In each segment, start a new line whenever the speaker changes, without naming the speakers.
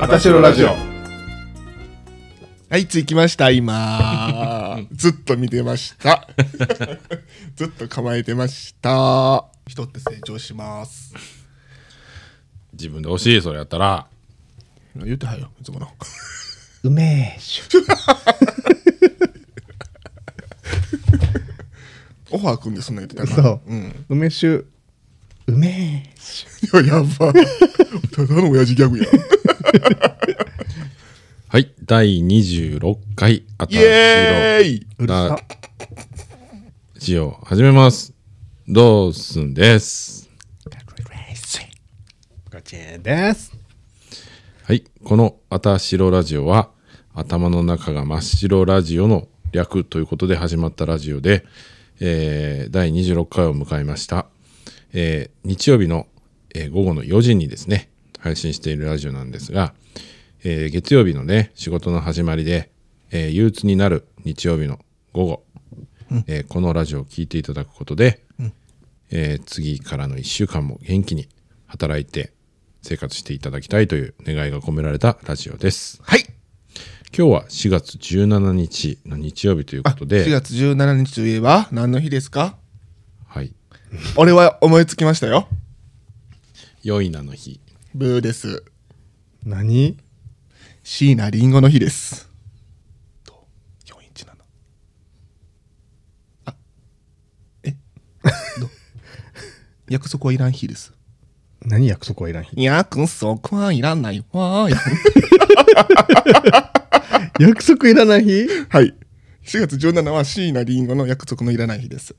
あたしろラジオ。はい、つきました、今。 ずっと見てました。 ずっと構えてました。人って成長します。
自分で欲しいそれやったら
言ってはいよ、いつもの。
うめえし
オファーくんですね、言ってた
ゅ
から。
そう
う。ん。
うめしゅ。うめえしゅ。
いや、やば。ただの親父ギャグや。
はい第26回あた
イ
しろ
エーイ
うるさ
ラジオ始めますどうすんです
ガチェです。
はいこのあたしろラジオは頭の中が真っ白ラジオの略ということで始まったラジオで、えー第26回を迎えました、えー日曜日の、えー午後の4時にですね配信しているラジオなんですが、えー月曜日のね仕事の始まりで、えー憂鬱になる日曜日の午後、えーこのラジオを聞いていただくことで、えー次からの1週間も元気に働いて生活していただきたいという願いが込められたラジオです。
はい。
今日は4月17日の日曜日ということ
4
で、
月17日といえば、何の日ですか
はい、
俺は思いつきましたよ。
良いなの日。
ブーです。
何
椎名林檎の日です。と、4インチなの。あ、え、 ど約束はいらん日です。
何約束はいらん日
約束はいらないわーい。
約束いらない日
はい。4月17日は椎名林檎の約束のいらない日です。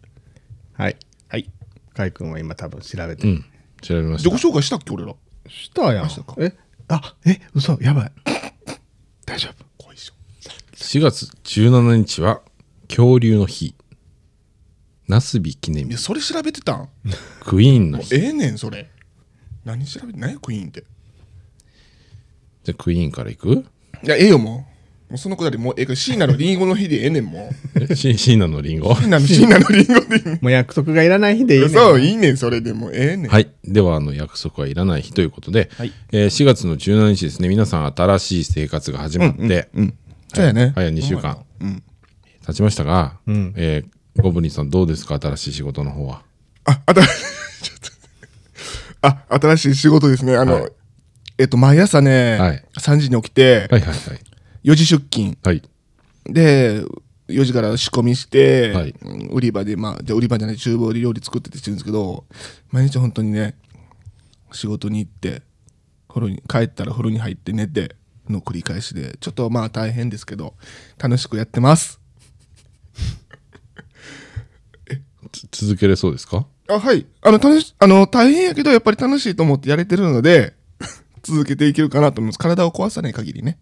はい。
はい。
カイ君は今多分調べて
う
る。
ん、調べまし
自己
た。
紹介したっけ俺ら。
したやん
したか。
えあ、え、嘘、やばい。大丈夫。
怖いっしょ。
4月17日は恐竜の日。ナスビ記念
い
日
や、。それ調べてたんもう
クイーンの日。
ええねん、それ。何調べて、何やクイーンって。
じゃあクイーンから行く
いや、ええよ、もう。もうそのくだり、もうええから、椎名の林檎の日でええねん、もう。
えシシーナのリンゴ。
椎名の、 椎名の林檎でいいねん
もう約束がいらない日でいいね。
そう、いいねん、それでもうええねん。
はい。では、あの、約束はいらない日ということで、
はい
えー4月の17日ですね、皆さん新しい生活が始まって、
うん。そうやね。
早2週間
うん。
経ちましたが、
ん
えーゴブリンさんどうですか新しい仕事の方は。
あ、あた、ちょっと。あ、新しい仕事ですね。あの、
はい
えっと、毎朝ね、
はい
3時に起きて、
はいはいはい。
4時出勤。
はい。
で、4時から仕込みして、
はい
うん売り場で、まあ、じゃあ売り場じゃない、厨房で料理作ってってしてるんですけど、毎日本当にね、仕事に行って、風呂に、帰ったら風呂に入って寝て、の繰り返しで、ちょっとまあ大変ですけど、楽しくやってます。
つ続けれそうですか
あ、はい。あの、楽し、あの、大変やけど、やっぱり楽しいと思ってやれてるので、 続けていけるかなと思います。体を壊さない限りね。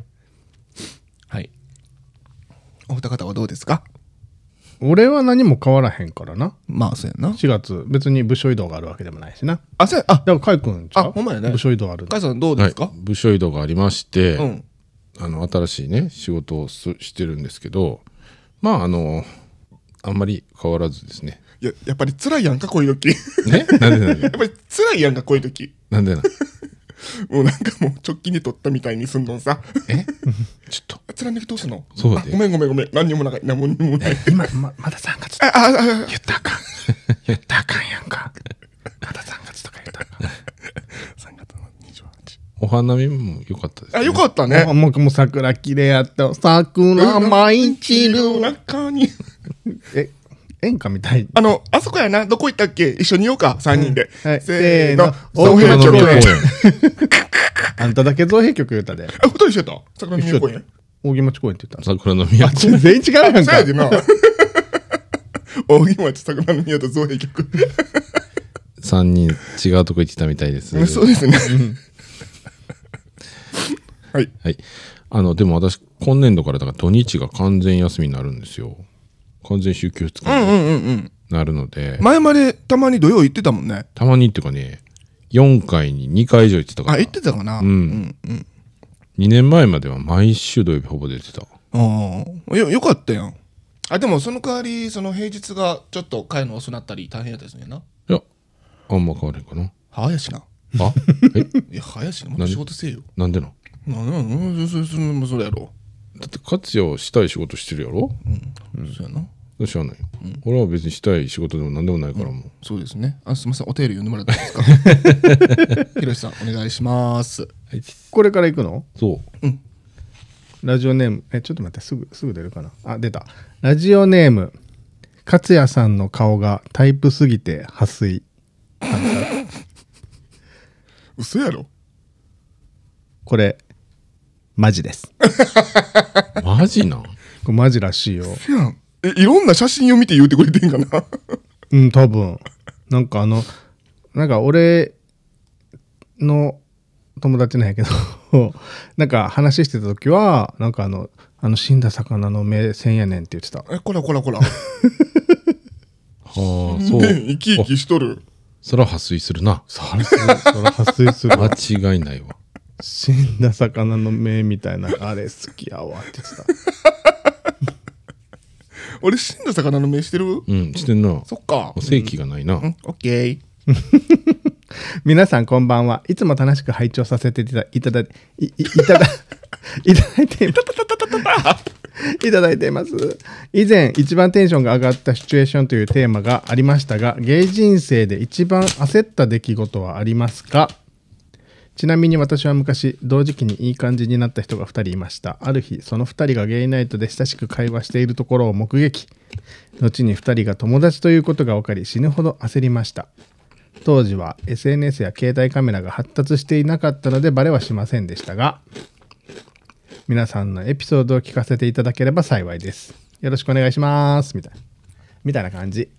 はい。お二方はどうですか
俺は何も変わらへんからな。
まあ、そうやんな。
4月、別に部署移動があるわけでもないしな。
あ、そうや、あ、
だからカイ君ちゃう
あほんまやね
部署移動あるの
母さんどうですか、
はい、部署移動がありまして、
うん。
あの新しいね仕事をすしてるんですけどまああのあんまり変わらずですね。
や、やっぱり辛いやんか、こういう時。や
ねなんでなんで
っぱり辛いやんか、こういう時。
なんでなん
もうなんかもう直近で撮ったみたいにすんのさ。
えちょっと
辛い時どうすんの
そう
あ
だよ
ごめんごめんごめん。何にもなかった。何にもない。
今ままだ3月
あ、あ、あ、
言ったらあ かん言ったらあかんやんかまだ3月とか言ったらあかん
3月の28。
お花見も良かったです、
あ、
ね。
よかったね。
あもうもう桜綺麗やった桜舞い散る
中に。
え演歌みたい
あの、あそこやな。どこ行ったっけ一緒にいようか、3人で。
はい
せーの。
せーの
大平
桜の名
町公
公
園
園。
あんただけ造幣局言うたで
あ、二人一緒やった桜の名公園。
扇町公園って言った
桜の宮公園
の全員違うやん
そう
か
やでな。 大木町桜の宮と造幣局。
3人違うとこ行ってたみたいです。
そうですね。はい。
はい。あの、でも私、今年度からだから土日が完全休みになるんですよ。完全週休2日に
んうんうん。
なるので、
前までたまに土曜行ってたもんね。
たまにっていうかね、4回に2回以上行ってたか
あ、
ら、
行っ
2
てたかな。うん
年前までは毎週土曜日ほぼ出てた。
うん。ああ、よ、よかったやん。あ、でもその代わり、その平日がちょっと帰るの遅なったり大変やったですねんな。
いや、あんま変わらへんかな。
早やしな。
あえ
いや、早やしな。もっと
何
仕事せえよ。
なんでの
なななそれそれもそれやろ、
だって活用したい仕事してるやろ
そうやな
知らないよ、俺は別にしたい仕事でも何でもないからもう、
そうですねあすみませんお便り読んでもらっていいです かひろしさんお願いします
はい
これから行くの
そう
ラジオネームえちょっと待ってすぐすぐ出るかなあ出たラジオネーム勝也さんの顔がタイプすぎて破水
嘘やろ
これマジです
マジなん
これマジらしいよ
いやんえいろんな写真を見て言うてくれてんかな
うん多分なんかあのなんか俺の友達なんやけど なんか話してた時はなんかあのあの死んだ魚の目線やねんって言ってた
えこらこらこ ら
はあそう
ね生き生きしとる
それは破水するな
それそれ破水するわ
間違いないわ
死んだ魚の目みたいなあれ好きやわって言ってた
俺死んだ魚の目してる
うんしてんな
そっか
正規がないな、
うんオッケー
皆さんこんばんはいつも楽しく拝聴させていただいただいいいただいただいていますいただいています以前一番テンションが上がったシチュエーションというテーマがありましたが芸人生で一番焦った出来事はありますかちなみに私は昔同時期にいい感じになった人が2人いましたある日その2人がゲイナイトで親しく会話しているところを目撃後に2人が友達ということが分かり死ぬほど焦りました当時は SNS や携帯カメラが発達していなかったのでバレはしませんでしたが皆さんのエピソードを聞かせていただければ幸いですよろしくお願いしますみたいなみたいな感じ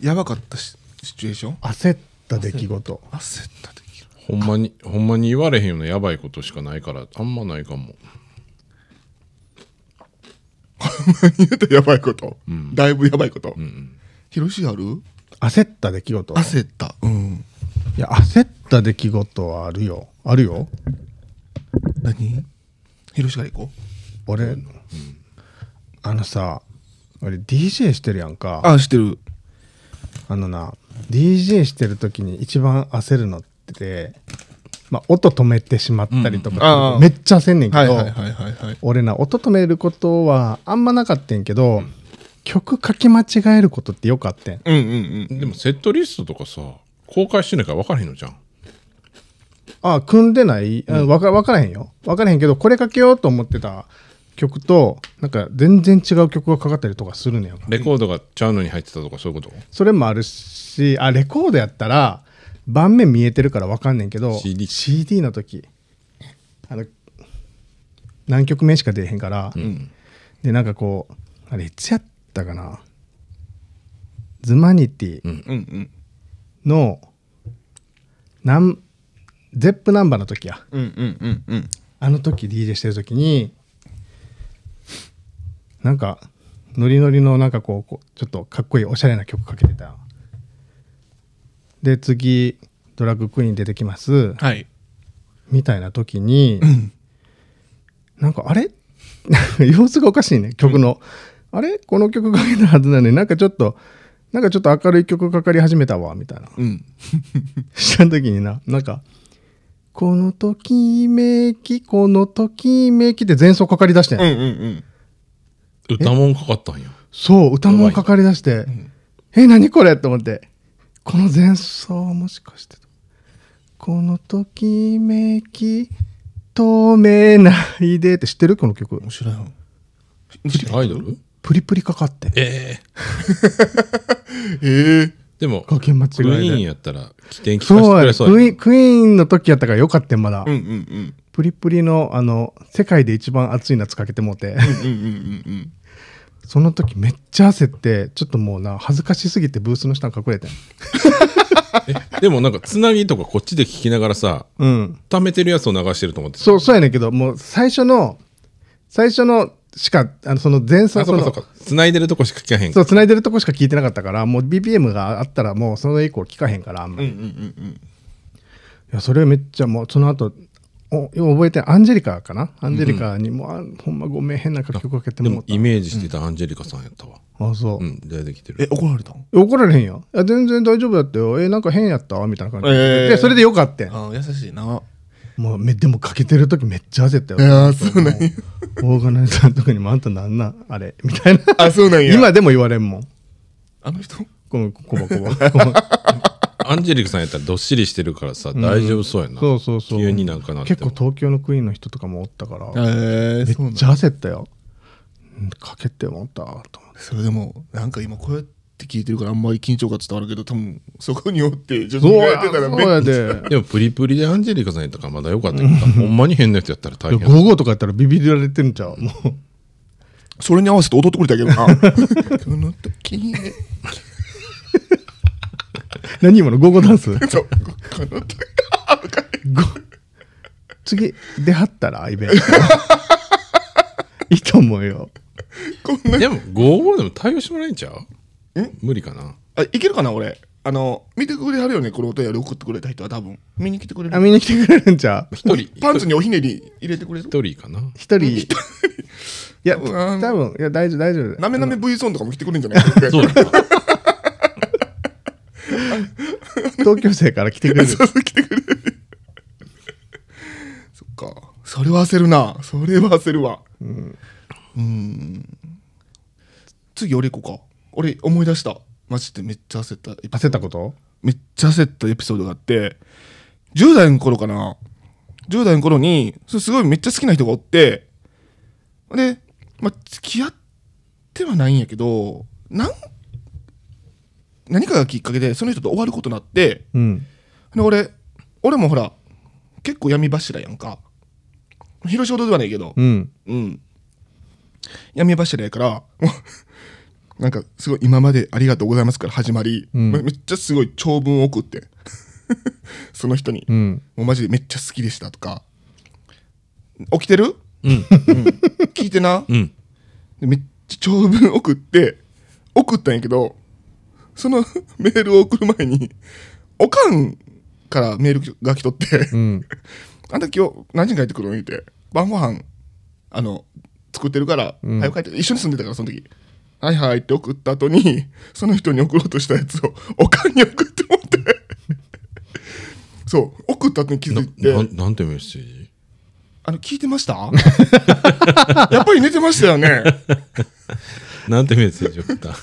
やばかったシシチュエーション
焦った出来事
焦った できる
ほんまにほんまに言われへんようなやばいことしかないからあんまないかも
言うたやばいこと、だいぶやばいこと、広しある
焦った出来事
焦ったうん
いや焦った出来事はあるよあるよ
何広しから行こう
俺、あのさ俺 DJ してるやんか
あしてる
あのな DJ してる時に一番焦るのって、まあ、音止めてしまったりと
うんうんあ
か、
ー
めっちゃ焦んねんけど、
はいはいはいはいはい
俺な音止めることはあんまなかったんやけど曲書き間違えることってよくあってん
うんうんうん
でもセットリストとかさ公開してないから分からへんのじゃん
ああ組んでない、あわか分からへんよ分からへんけどこれかけようと思ってた曲となんか全然違う曲がかかったりとかするねんやんか
レコードがちゃうのに入ってたとかそういうこ
それもあるしあレコードやったら盤面見えてるから分かんねんけど
CD
CD の時あの何曲目しか出えへんから、でなんかこうあれいつやったかな「ズマニティ
うんうん」
の、なんゼップナンバーの時や
うんうんうんうん
あの時 DJ してる時になんかノリノリのなんかこうこうちょっとかっこいいおしゃれな曲かけてたで次ドラッグクイーン出てきます
はい
みたいな時になんかあれ 様子がおかしいね曲の、あれこの曲かけたはずなのになんかちょっとなんかちょっと明るい曲かかり始めたわみたいな
うん
した時にな、なんか、このときめき、このときめきって前奏かかりだしてん、
うんうん
と歌もんかかったんや
そう、歌もかかりだして、え、何これと思って、この前奏もしかして、このときめき、止めないでって知ってるこの曲
うん。知らん
アイドル
プリプリかかってん。
ええ
ええ
でも
かけ間違
クイーン
いで。
やったら起点聞かせて
そ
く
うや
れ
ね
そう
クイ
や
ーンクイーンの時やったからよかったまだ、
うんうんうん
プリプリのあの世界で一番熱い夏かけてもうて
うんうんうんうん
その時めっちゃ焦ってちょっともうな恥ずかしすぎてブースの下に隠れてん
なでもなんかつなぎとかこっちで聞きながらさ
うん
溜めてるやつを流してると思ってた
そうそうやねんけどもう最初の最初のしかあのその前奏
あそうか
の
そうかつないでるとこしか聞かへん
そう繋いでるとこしか聞いてなかったからもう BPM があったらもうその以降聞かへんからあんま
うん
り、
うんうんうん
いやそれめっちゃもうその後およう覚えてアンジェリカかなアンジェリカにもう、あほんまごめん変な楽曲かけて
で
も
もイメージしてたアンジェリカさんやったわ
あそう
う、ん出てきてる
え怒られたん
怒られへんよいや全然大丈夫だったよえなんか変やったみたいな感じで,
え
で、
ー
それでよかったよ
あ優しいな
もうめでもかけてる時めっちゃ焦ったよ、
やそうなんや
オーガナイザーの時にもあんたなんなんあれみたいな
あそうなんや
今でも言われんもん
あの人
このこばこば
アンジェリカさんやったらどっしりしてるからさ大丈夫そうやな
そうそうそう
急になんかなって
結
も
構東京のクイーンの人とかもおったから
え
めっちゃ焦ったよんかけてもったと思って
それでもなんか今こうやって聞いてるからあんまり緊張感伝わるけど多分そこにおって自
そう
分がや
や
ってたら
そう
めっ
やで
でもプリプリでアンジェリカさんやったからまだよかったけどほんまに変なやつやったら大
午
変
後とかやったらビビられてるんちゃうもう
それに合わせて踊ってくれたけどな この時に
何今の午後ダンス
そうこの時
ご次出はったらイベントいいと思うよ
でも55でも対応してもらえんちゃう無理かな
あいけるかな俺あの見てくれはるよねこのお便り送ってくれた人は多分見に来てくれ
あ
る
見に来てくれるんちゃう
一人
パンツにおひねり入れてくれる
一人かな
一人いや多
多分あの
分いや大丈夫大丈夫
なめなめ V ゾーンとかも来てくれるんじゃない
そうだな
東京生から来てくれる
そっかそれは焦るなそれは焦るわうん次俺行こうか俺思い出したマジでめっちゃ焦ったエピソー
焦っ
ド
たこと
めっちゃ焦ったエピソードがあって10代の頃かな10代の頃にそれすごいめっちゃ好きな人がおってで、まあ、付き合ってはないんやけどなん何かがきっかけでその人と終わることになって
うん
で俺俺もほら結構闇柱やんか広島ほどではないけど
うん
うん闇柱やからもう なんかすごい今までありがとうございますから始まり、
うん
めめっちゃすごい長文を送って その人に、
うん
もうマジでめっちゃ好きでしたとか起きてる
うん
聞いてな
うん
でめっちゃ長文送って送ったんやけどその メールを送る前におかんからメールが来とって
うん
あんた今日何時に帰ってくるの言うて晩ご飯あの作ってるから、
うん
早く帰って一緒に住んでたからその時はいはいって送った後にその人に送ろうとしたやつをおかんに送ってもって そう送った後に気づいて
なななんてメッセージ
あの聞いてました やっぱり寝てましたよ ね
なんてメッセージ送った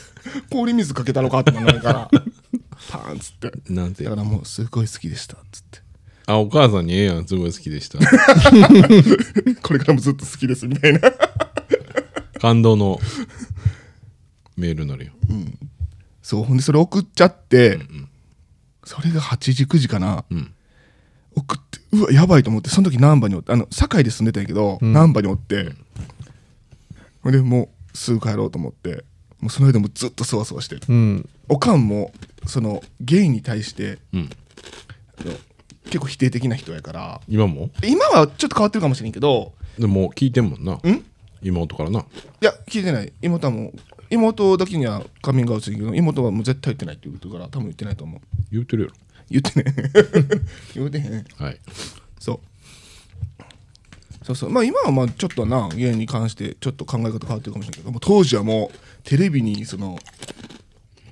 氷水かけたのかってなるからパーンっつって
なんて
だからもうすごい好きでしたっつっ
あお母さんにええやんすごい好きでした
てこれからもずっと好きですみたいな
感動のメールになるよ
そうほんでそれ送っちゃって、それが8時9時かな、
ん
送ってうわやばいと思ってその時難波におってあの堺で住んでたんやけど、難波におってほんでもうすぐ帰ろうと思ってもうその間もずっとそわそわしてる、
うん
おかんもそのゲイに対して
うん
結構否定的な人やから
今も
今はちょっと変わってるかもしれんけど
でも聞いてんもんなん妹からない
や聞いてない妹はもう妹だけにはカミングアウトするけど妹はもう絶対言ってないって言うてるから多分言ってないと思う
言うてるや
言ってね 言うてへん
ろはい
そうそうそうまあ今はまあちょっとな芸に関してちょっと考え方変わってるかもしれないけどもう当時はもうテレビにその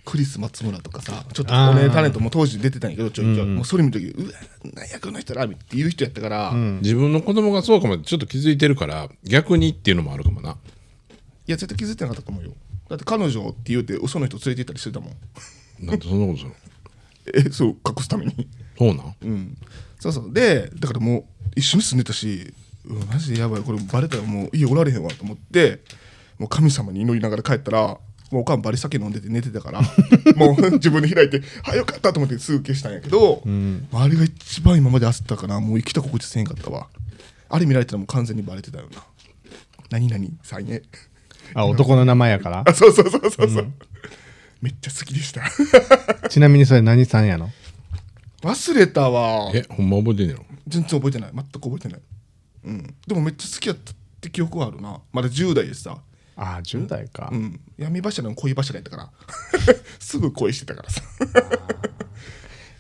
クリス松村とかさちょっとおねタレントも当時出てたんやけどちょいちょい、もうそれ見た時うわ何やこの人らっていう人やったから、
自分の子供がそうかもちょっと気づいてるから逆にっていうのもあるかもない
や絶対気づいてなかったと思うよだって彼女って言うて嘘の人連れて行ったりしてたもん
なんでそんなことするの
えそう隠すために
そうなん
うん、そうそうでだからもう一緒に住んでたしうわマジでやばいこれバレたらもう家おられへんわと思ってもう神様に祈りながら帰ったらもうおかんバリ酒飲んでて寝てた からもう自分で開いてあよかったと思ってすぐ消したんやけど、あれが一番今まで焦ったからもう生きた心地せんかったわあれ見られたらもう完全にバレてたよな何々さ んへ
あ男の名前やから
あそうそうそうそうそう、めっちゃ好きでした
ちなみにそれ何さんやの
忘れたわ
えほんま覚えてんねやろ
全然覚えてない全く覚えてない、うん、でもめっちゃ好きやったって記憶はあるなまだ10代でさ、
ああ10代か
うん、闇柱の恋柱やったから すぐ恋してたからさ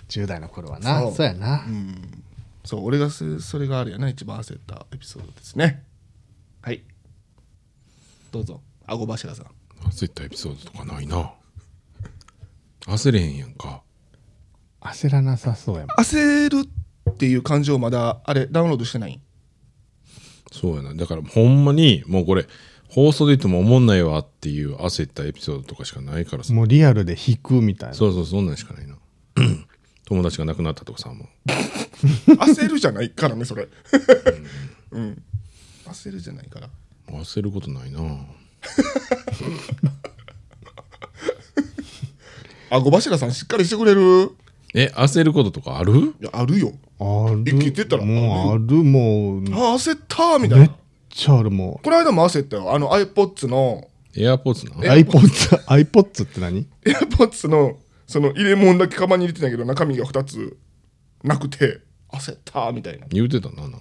10代の頃はな
そう
そうやな
そう俺がすそれがあるやな一番焦ったエピソードですねはいどうぞ顎柱さん
焦ったエピソードとかないな焦れへんやんか
焦らなさそうやもん
焦るっていう感情まだあれダウンロードしてない
そうやなだからほんまにもうこれ放送で言っても思んないわっていう焦ったエピソードとかしかないからさ
もうリアルで引くみたいな
そうそうそんなんしかない な友達が亡くなったとかさもう
焦るじゃないからねそれうん焦るじゃないから
焦ることないな
顎柱さんしっかりしてくれる
え焦ることとかある
いやあるよ
ある
生きてたら
もうあるもうめっ
あ焦ったみたいな
ちゃあるも
この間も焦ったよあの iPods の
エアポーツ
う
な
iPods iPods って何
AirPods のその入れ物だけカバンに入れてたけど中身が2つなくて焦ったみたいな
言うてたななんか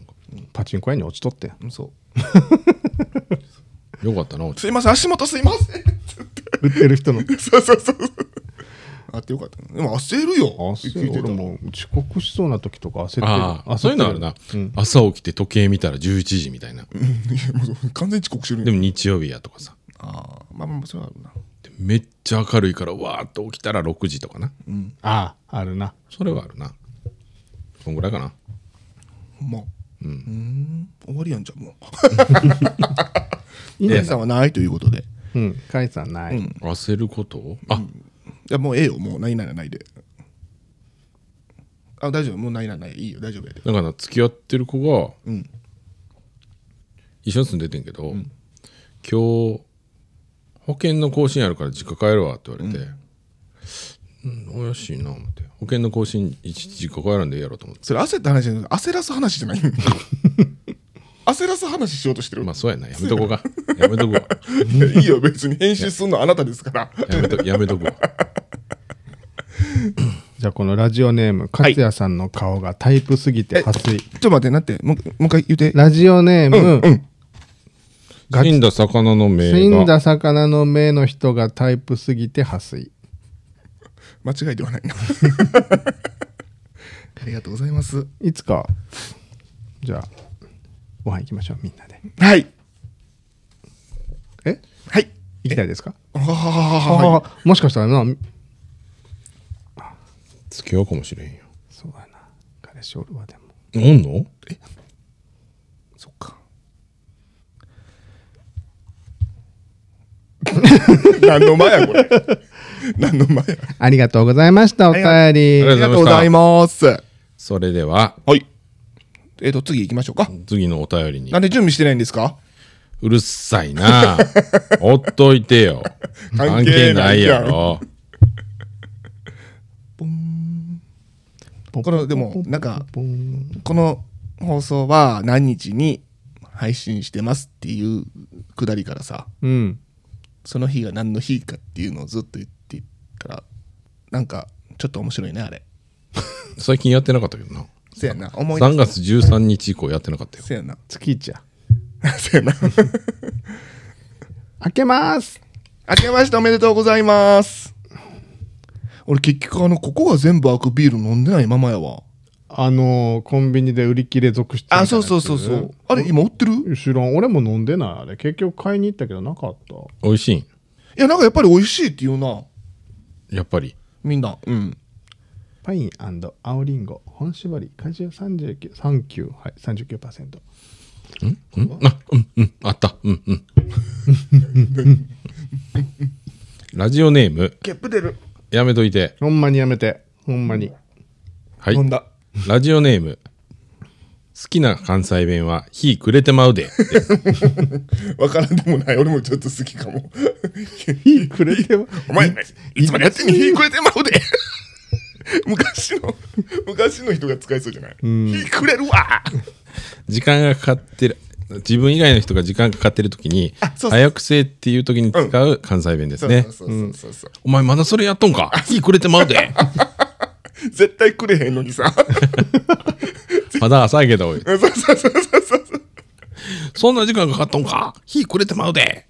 パチンコ屋に落ちとって
そう
よかったな
すいません足元すいません
売ってる人の
そうそうそうあってよかったでも焦るよ
焦る
聞いて
俺
たら
もう遅刻しそうな時とか焦ってる
ああそういうのあるな、朝起きて時計見たら11時みたいなで
いやもう完全に遅刻してるやん
も日曜日やとかさ
ああまあまあまあそれはあるな
でめっちゃ明るいからわーっと起きたら6時とかな、
あああるな
それはあるなこんぐらいかな
ほんまうん終わりやんじゃんもう
いいね
皆さんは ないということでい
うん解散ない、
焦ることあ、
やもうええよもうないないないであ大丈夫もうないないないいいよ大丈夫やで
だから付き合ってる子が、
ん
一緒に住んでてんけど、今日保険の更新あるから実家帰るわって言われて、うん、怪しいな思って保険の更新いちいち実家帰るんでええやろうと思って
それ焦った話じゃない焦らす話じゃない 焦らす話しようとしてる、
まあそうやなやめとこうかやめとこう
いいよ別に編集すんのあなたですから
やめと やめとこう
じゃあこのラジオネーム勝也さんの顔がタイプすぎてはす
ちょ
い、
っと待ってなってもうもう一回言って
ラジオネーム、
死んだ魚の名
死ん
が
だ魚の目の人がタイプすぎて破水
間違いでは ないなありがとうございます
いつかじゃあご飯行きましょうみんなで
はい
え
はい
行きたいですか
ああ
ああーもしかしたらな
付き合うかもしれへんよ
そうだな彼氏おるわでも
おんの
そっか 何の前やこれ何の前や
ありがとうございましたお便り
ありがとうござい
ますは
それではい
えっ、と次行きましょうか
次のお便りに
なんで準備してないんですか
うるさい なほっといてよ
関係ないや
ろ
ポン
このでもなんかこの放送は何日に配信してますっていうくだりからさ
うん
その日が何の日かっていうのをずっと言っていったらなんかちょっと面白いねあれ
最近やってなかったけどな
せやな思い出
3月13日以降やってなかったよ
すせやな
月一や
せやな
開けます
明けましておめでとうございます俺結局あのここが全部開くビール飲んでないままやわ
あのーコンビニで売り切れ続出
あそうそうそうそうあれ今売ってるいう
知らん俺も飲んでないあれ結局買いに行ったけどなかった
美味しいん
やなんかやっぱり美味しいって言うな
やっぱり
みんなうん
パイン青リンゴ本搾り果汁3939はい39%
うんあうんうんあったうんうん ラジオネーム
ゲップ出る
やめといて
ほんまにやめてほんまに
はい
飲んだ
ラジオネーム好きな関西弁は火くれてまうでです
わからんでもない俺もちょっと好きかも
火くれては
お前いつまでやってんの火くれてまうで昔の昔の人が使いそうじゃない火くれるわ
時間がかかってる自分以外の人が時間かかってる時に
あそうそう
早くせえっていう時に使う関西弁ですね
そうそうそうそう、
お前まだそれやっとんか火くれてまう で
絶対くれへんのにさ
まだ浅いけど
そうそうそうそうそう
そんな時間かかっとんか火くれてまうで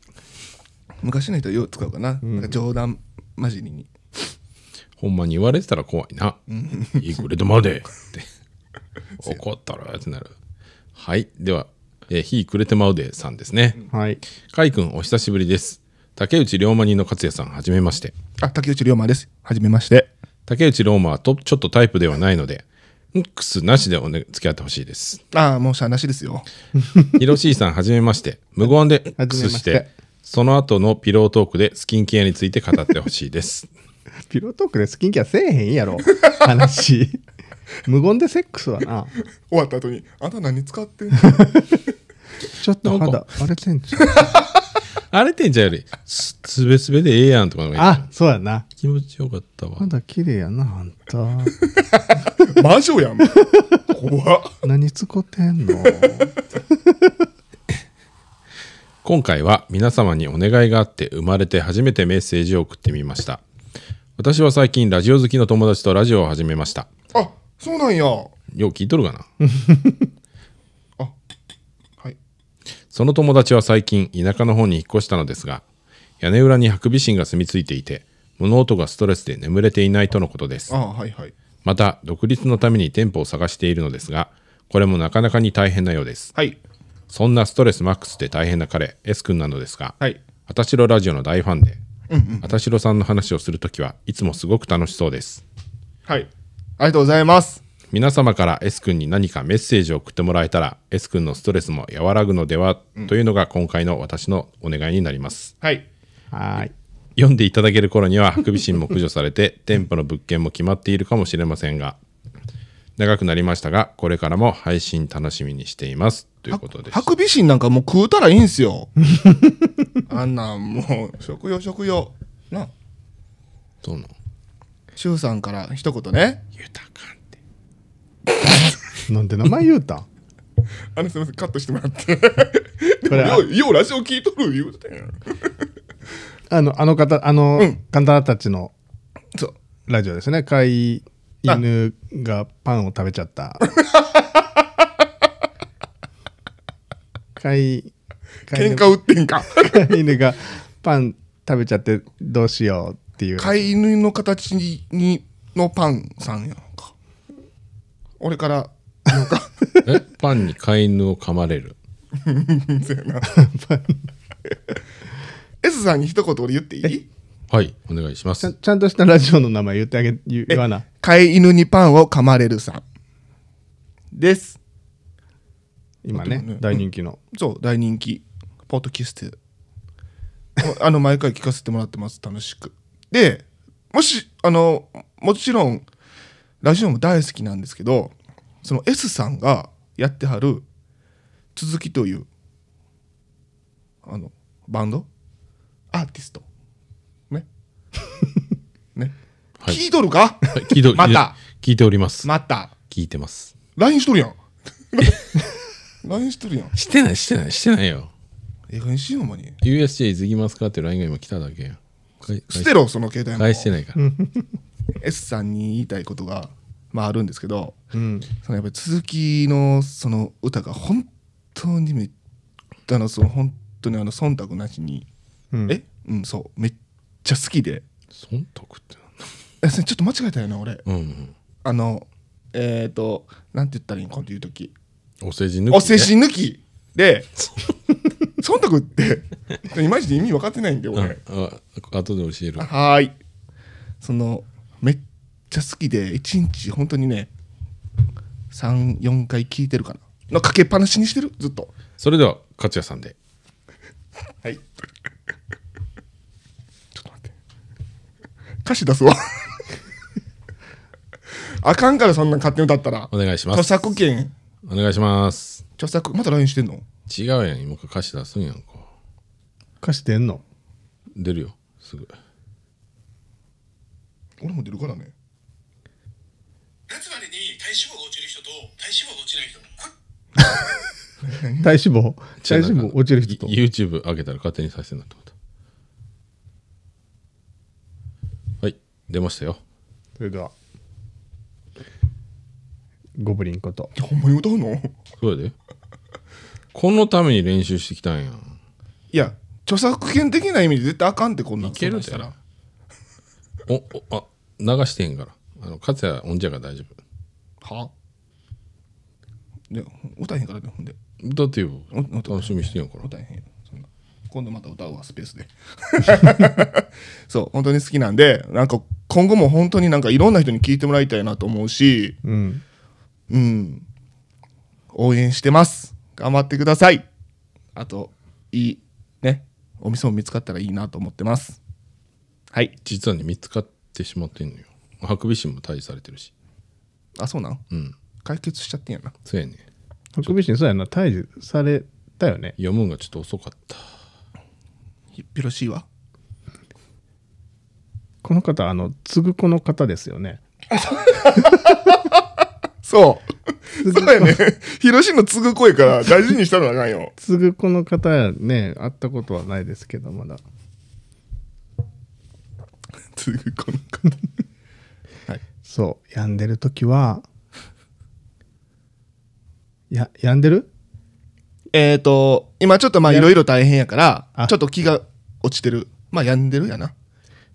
昔の人はよう使うかな,、なんか冗談交じりに
ほんまに言われてたら怖いな。いいくれてまうでって。怒ったらってなる。はい。では、えー、日暮れてまうでさんですね。
はい。
かいくん、お久しぶりです。竹内龍馬人の勝也さん、はじめまして。
あ竹内龍馬ですはじめまして
竹内龍馬はとちょっとタイプではないので、ミックスなしでお、ね、付き合ってほしいです。
ああもうしゃあなしですよ
ヒロシーさん、はじめまして。無言で
は
ミック
じめま
ス
して
して、その後のピロートークでスキンケアについて語ってほしいです。
ピロートークでスキンケアせえへん やろ。話。無言でセックスはな。
終わった後にあんた何使ってんの
ちょっと
なん
肌荒れてんじゃん。
あれてんじゃんより、すすべすべでええやんとかの方がいい
あ、そうやな。
気持ちよかったわ。
肌綺麗やな、あんた。
魔女やん怖っ
何つこてんの
今回は皆様にお願いがあって生まれて初めてメッセージを送ってみました。私は最近ラジオ好きの友達とラジオを始めました。
あそうなんやは
よう聞いとるかな
い
その友達は最近田舎の方に引っ越したのですが、屋根裏にハクビシンが住み着いていて、物音がストレスで眠れていないとのことです
あ。あはいはい
また、独立のために店舗を探しているのですが、これもなかなかに大変なようです。
はい
そんなストレスマックスで大変な彼、S 君なのですが、
はい
あたしろラジオの大ファンで、あたしろさんの話をするときはいつもすごく楽しそうです。
はいありがとうございます
皆様から S 君に何かメッセージを送ってもらえたら、S 君のストレスも和らぐのでは、というのが今回の私のお願いになります。
はい
はーい。
読んでいただける頃には、ハクビシンも駆除されて、 店舗の物件も決まっているかもしれませんが、長くなりましたが、これからも配信楽しみにしています。ということです
ハ。クビシンなんかもう食うたらいいんすよ あんなんもう食用食用な
どうの
シュウさんから一言ね
豊かんって。
なんで名前言うたん
あのすみませんカットしてもらって
これ
ようようラジオ聞いとる言うてたやん
あの、あの方、あの
うん、
方たちの
そう
ラジオですね。飼い犬がパンを食べち ゃった。飼い、飼い
喧
犬
嘩売ってんか
飼い犬がパン食べちゃってどうしようっていう。
飼い犬の形にのパンさんやんか俺 からなんか
えパンに飼い犬を噛まれる。
そうやな S さんに一言俺言っていい
はい、お願いしま
ちゃん
す。
ちゃんとしたラジオの名前言ってあげ、言言わな。
飼い犬にパンを噛まれるさんです
今
あとね
ね、大人気の。
そう大人気ポッドキャスト あの毎回聞かせてもらってます楽しくでもしあのもちろんラジオも大好きなんですけどその S さんがやってはる「続き」というあのバンドアーティスト ねね、
はい
聞いとるか
聞いており
また
聞いております。
また
聞いてます。
LINE しと るやん LINE しとるやん
してない、してない、してないよ。
ええかげんにしようほんまに
USJ いずきますかっていう LINE が今来ただけや。返
捨てろその携帯も
返してないから。
S さんに言いたいことが、まあ、あるんですけど
うん。
そのやっぱり続きのその歌が本当にめあのその本当にあの忖度なしに、
うん
えうんそうめっちゃ好きで
忖度って
えそれちょっと間違えたよな俺
なんだ。うん
あのえっ、ー、となんて言ったらいいんかっていう時
うん。お世辞抜き、ね。
お世辞抜きで 忖度 っていまいち意味分かってないんで
う
俺、
ん。あ後で教える。
はーいそのめっちゃ好きで1日本当にね34回聞いてるかなのかけっぱなしにしてるずっと
それでは、勝也さんで。
はいちょっと待って歌詞出 すわあかんからそんなん勝手に歌ったら
お願いします
著作権
お願いします。
著作また LINE してんの
違うやん。今から歌詞出すんやんか。
歌詞出んの
出るよ。すぐ。
俺も出るからね
夏までに体脂肪が落ちる人と体脂肪が落ちない人こ
体脂肪体脂肪落ちる人と。
い YouTube 上げたら勝手に再生になってもうたはい出ましたよ
それでは。ゴブリンこと。
いやほんまに歌うの い
そうや でこのために練習してきたんやん
や著作権的な意味で絶対あかんってこんなん
いけるで
そんなんし
おおあ流してへんからあの勝也音じゃから大丈夫
たらはで歌えへんからねほんで
歌ってよ
お歌
楽しみにしてんやから
歌えへんよそんな今度また歌うわスペースで そう本当に好きなんでなんか今後も本当になんかいろんな人に聞いてもらいたいなと思うし
うん。
うん応援してます頑張ってくださいあといいねお店も見つかったらいいなと思ってますはい
実はね見つかってしまってんのよハクビシンも退治されてるし
あそうなん
うん
解決しちゃってんやな
そうやね
ハクビシン、そうやな、退治されたよね。
読むんがちょっと遅かった
ひっぴろしいわ
この方、あの、継ぐ子の方ですよね。
そう。そうやね。広島の継ぐ声から大事にしたらあかんよ。
継ぐ子の方ね、会ったことはないですけど、まだ。
継ぐこの方。
そう、病んでる時は、や、病んでる
えっと、今ちょっとまあいろいろ大変やから
あ、
ちょっと気が落ちてる。まあ病んでるやな。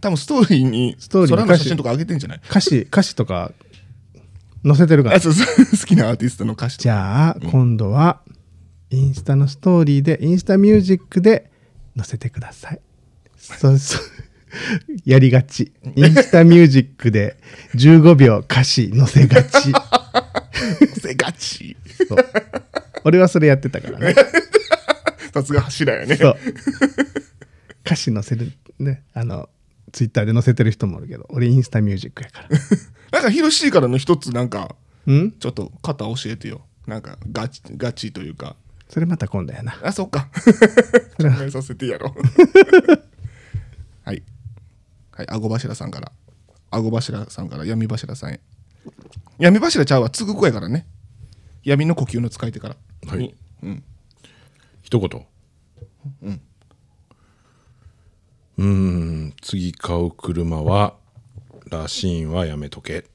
多分ストーリーに、
ストーリーに
空の写真とか上げてんじゃない
歌詞、歌詞とか載せてるから
あ。そうそう好きなアーティストの歌詞と
じゃあ、今度は、インスタのストーリーで、インスタミュージックで載せてください。そうそう。 やりがち。インスタミュージックで15秒歌詞載せが ち。
せがち。
そう俺はそれやってたからね。
さすが柱やね。
そう。歌詞載せる、ね、あの、ツイッターで載せてる人もおるけど、俺インスタミュージックや から。
なんか広しいからの一つなんか、
うん
ちょっと肩教えてよ。なんかガチ、ガチというか。
それまた今度やな。
あ、そっか。考えさせてやろう。はい。はい、顎柱さんから。顎柱さんから闇柱さんへ。闇柱ちゃうわ、継ぐ子やからね。闇の呼吸の使い手から。
はい
にうん。
一言うんん次買う車はラシーンはやめとけ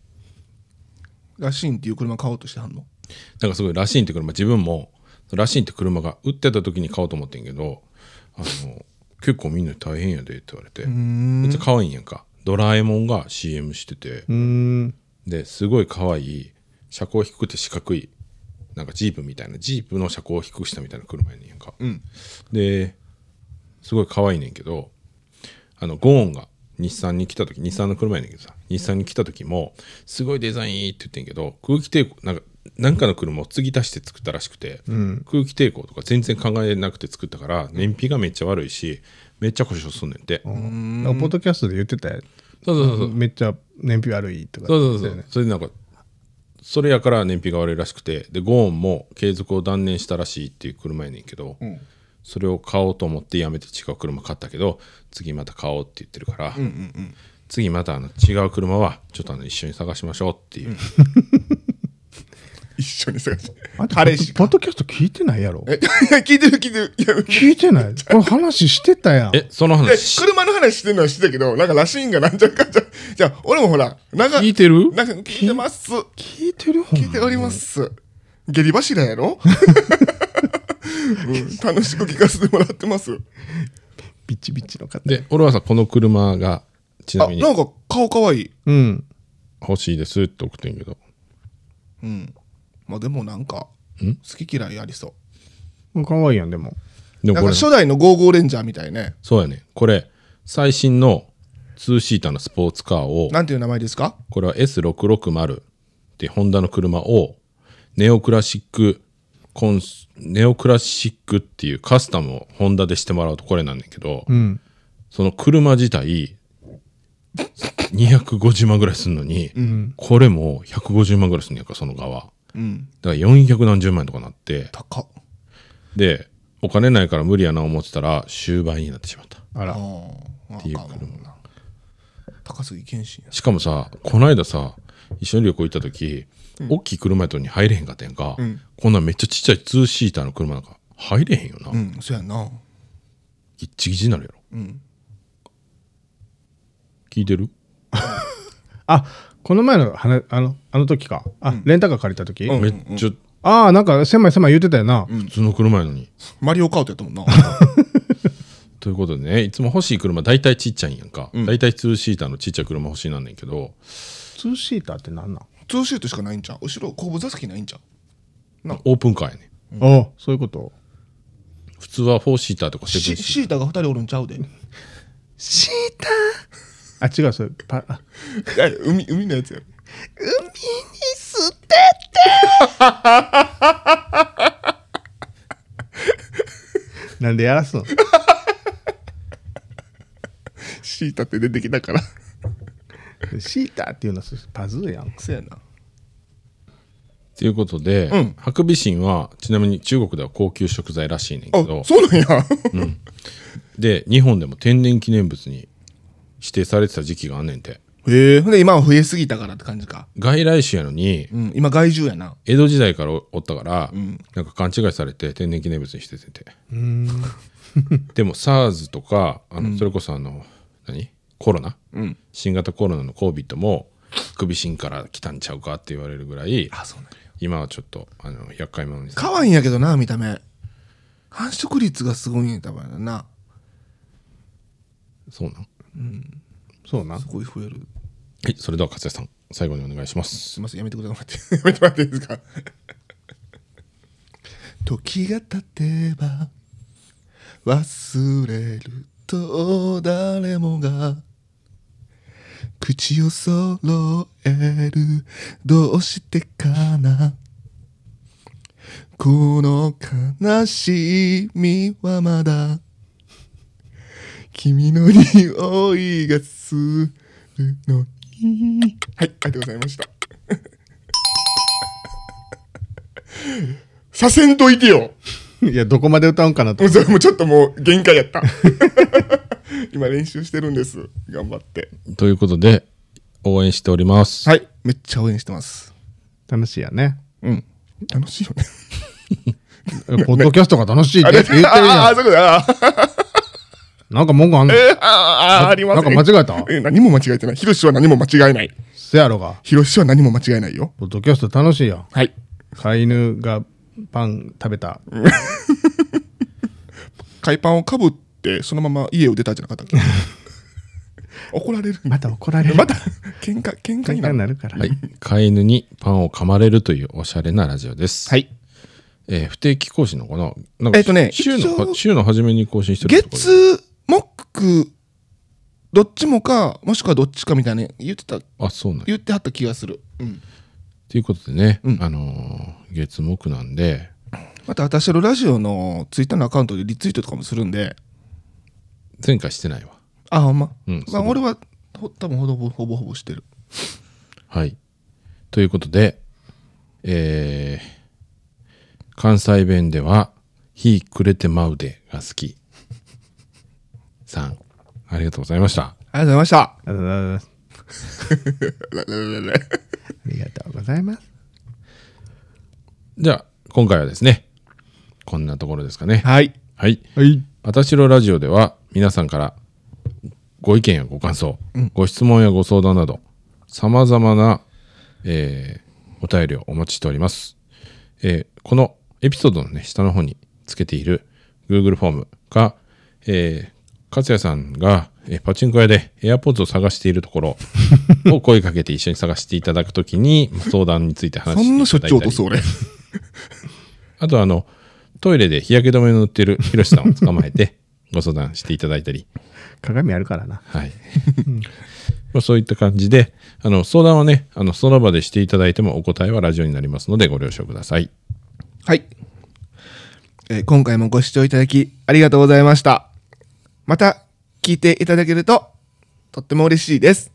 ラシーンっていう車買おうとしてはんの
なんかすごいラシーンって車自分もラシーンって車が売ってた時に買おうと思ってんけどあの結構みんな大変やでって言われてめっちゃ可愛いんやんかドラえもんが CM してて
うーん。
ですごい可愛い車高低くて四角いなんかジープみたいなジープの車高を低くしたみたいな車やねんやんか、ですごい可愛いねんけどあのゴーンが日産に来た時日産の車やねんけどさ日産に来た時もすごいデザインいいって言ってんけど空気抵抗なんかなんかの車を継ぎ足して作ったらしくて、空気抵抗とか全然考えなくて作ったから燃費がめっちゃ悪いしめっちゃ故障すんねんって、
なんかポッドキャストで言ってたよ。
そうそうそうそう
めっちゃ燃費悪いとか。
そうそうそう、それでなんかそれやから燃費が悪いらしくてでゴーンも継続を断念したらしいっていう車やねんけど、それを買おうと思ってやめて違う車買ったけど次また買おうって言ってるから、次またあの違う車はちょっとあの一緒に探しましょうっていう、
一緒に探して。
あと
彼氏
ポッ
か。
ドキャスト聞いてないやろ
え、 聞いてる聞いてる。いや
聞いてないこれ話してたやん。
えその
え
話し
車の話してるのはしてたけど、なんかラシーンがなんちゃうかんちゃう。じゃあ、俺もほら、なんか、
聞いてる
なんか聞いてます。
聞いてるほんま
聞いております。下痢柱や ろ、うん楽しく聞かせてもらってます。
ビチビチの方。
で俺はさこの車がちな
あ、
みに
なんか顔かわいい。
うん。
欲しいですって送ってんけど
うん。まあでもなんか、
ん
好き嫌いありそ
かわいいやん、でも。
でも
う。なん
こ
か
れ
初代のゴーゴーレンジャーみたいね。
そうやねこれ最新の2シーターのスポーツカーを
なんていう名前ですか
これは S660 ってホンダの車をネオクラシックコンスネオクラシックっていうカスタムをホンダでしてもらうとこれなんだけど、
うん。
その車自体250万ぐらいすんのに、
ん
これも150万ぐらいすんのやんかその側
うん。
だから400何十万円とかなって
高っ。
でお金ないから無理やな思ってたら終売になってしまった
あ
あ
ら。
あ。
ていう
あかんわな高杉謙信や。
しかもさこの間さ一緒に旅行行った時、大きい車やったのに入れへんかったやんか、こんなんめっちゃちっちゃいツーシーターの車なんか入れへんよな、
うん、そうやな。
ギッチギチになるやろ、聞いてる
あ、この前の話、あの、あの時か。あ、レンタカー借りた時、
めっちゃ
ああ、なんか狭い狭い言ってたよな。
普通の車やのに、
マリオカートやったも んな。
ということでねいつも欲しい車大体ちっちゃいんやんか、大体ツーシーターのちっちゃい車欲しいなんねんけど
ツーシーターってなんなん
ツーシートしかないんちゃう後ろ後部座席ないんちゃうな
オープンカーやね
あそういうこと
普通はフォーシーターとかセブン
シ
シー
シータが2人おるんちゃう で
シータあ違うそれパあ
海海のやつや
海に捨てて なんでやらすの
シータって出てきたから
シータっていうのはパズーやん
そやな
ということで、
うん
ハクビシンはちなみに中国では高級食材らしいねんけど
あそうなんや
で日本でも天然記念物に指定されてた時期があんねんて
へえほんで今は増えすぎたからって感じか
外来種やのに
うん今害獣やな
江戸時代からおおったから、なんか勘違いされて天然記念物にしてててでも SARS とかあの、それこそあの何コロナ、
ん
新型コロナの COVID も首芯から来たんちゃうかって言われるぐらい
そうなんや
今はちょっとあの厄介者にさ
可愛いんやけどな見た目繁殖率がすごいんや多分な
そうなん
そうな
すごい増える
はいそれでは勝也さん最後にお願いします
すいませんやめてください待ってやめてもらっていいですか時が経てば忘れると誰もが口を揃えるどうしてかなこの悲しみはまだ君の匂いがするのにはいありがとうございましたさせんといてよ
いやどこまで歌うんかなと
もうそれもうちょっともう限界やった 今練習してるんです頑張って
ということで応援しております、
はいめっちゃ応援してます
楽しいやね
うん楽しいよね
ポッドキャストが楽しいって
あ
言ってる
あ
や
あそうだあ
んなんか文句あんの
ああああります
なんか間違えた
え何も間違えてないヒロシは何も間違えない
せやろが
ヒロシは何も間違えないよ
ポッドキャスト楽しいやん
はい
飼い犬がパン食べた
海パンをかぶってそのまま家を出たんじゃなか ったっけ怒られる
また怒られる
また喧嘩喧嘩
喧
にな
嘩に
る
なるから、
はい、飼い犬にパンを噛まれるというおしゃれなラジオです、
はい
えー不定期更新のかななんか
えっとね
週の
一応
は週の初めに更新してるところ
月木どっちもかもしくはどっちかみたいな言ってた
あそうなんや
言ってはった気がする、うん、
ということでね、
うん
あのー月木なんで
また私のラジオのツイッターのアカウントでリツイートとかもするんで
前回してないわ
あほんま、
うん
まあ
そう
俺はほ多分ほぼほぼほぼしてる
はいということでえー関西弁では「日くれてまうで」が好きさんありがとうございました
ありがとうございました
ありがとうございます
ラララララ
ありがとうございます
じゃあ今回はですねこんなところですかね
はい
はい
はい
あたしろラジオでは皆さんからご意見やご感想、ご質問やご相談など、さまざまな、えーお便りをお待ちしております。えーこのエピソードのね、下の方につけている Google フォームが、えー、勝也さんが、えーパチンコ屋で AirPods を探しているところを声かけて一緒に探していただくときに、相談について話
そんなし
し
ょ
て
っ
い
ち
た
ゅ
だ
う
い
落
た
と
り
す、俺
あとあの、トイレで日焼け止めの塗ってるヒロシさんを捕まえて ご相談していただいたり、
鏡あるからな
はい。 まあそういった感じで、あの相談はね、あのその場でしていただいてもお答えはラジオになりますのでご了承ください。
はい、えー今回もご視聴いただきありがとうございましたまた聞いていただけるととっても嬉しいです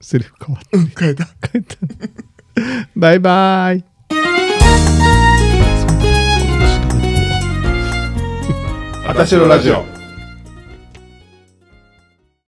セリフ変わった
変えた
帰った バイバイ
私のラジオ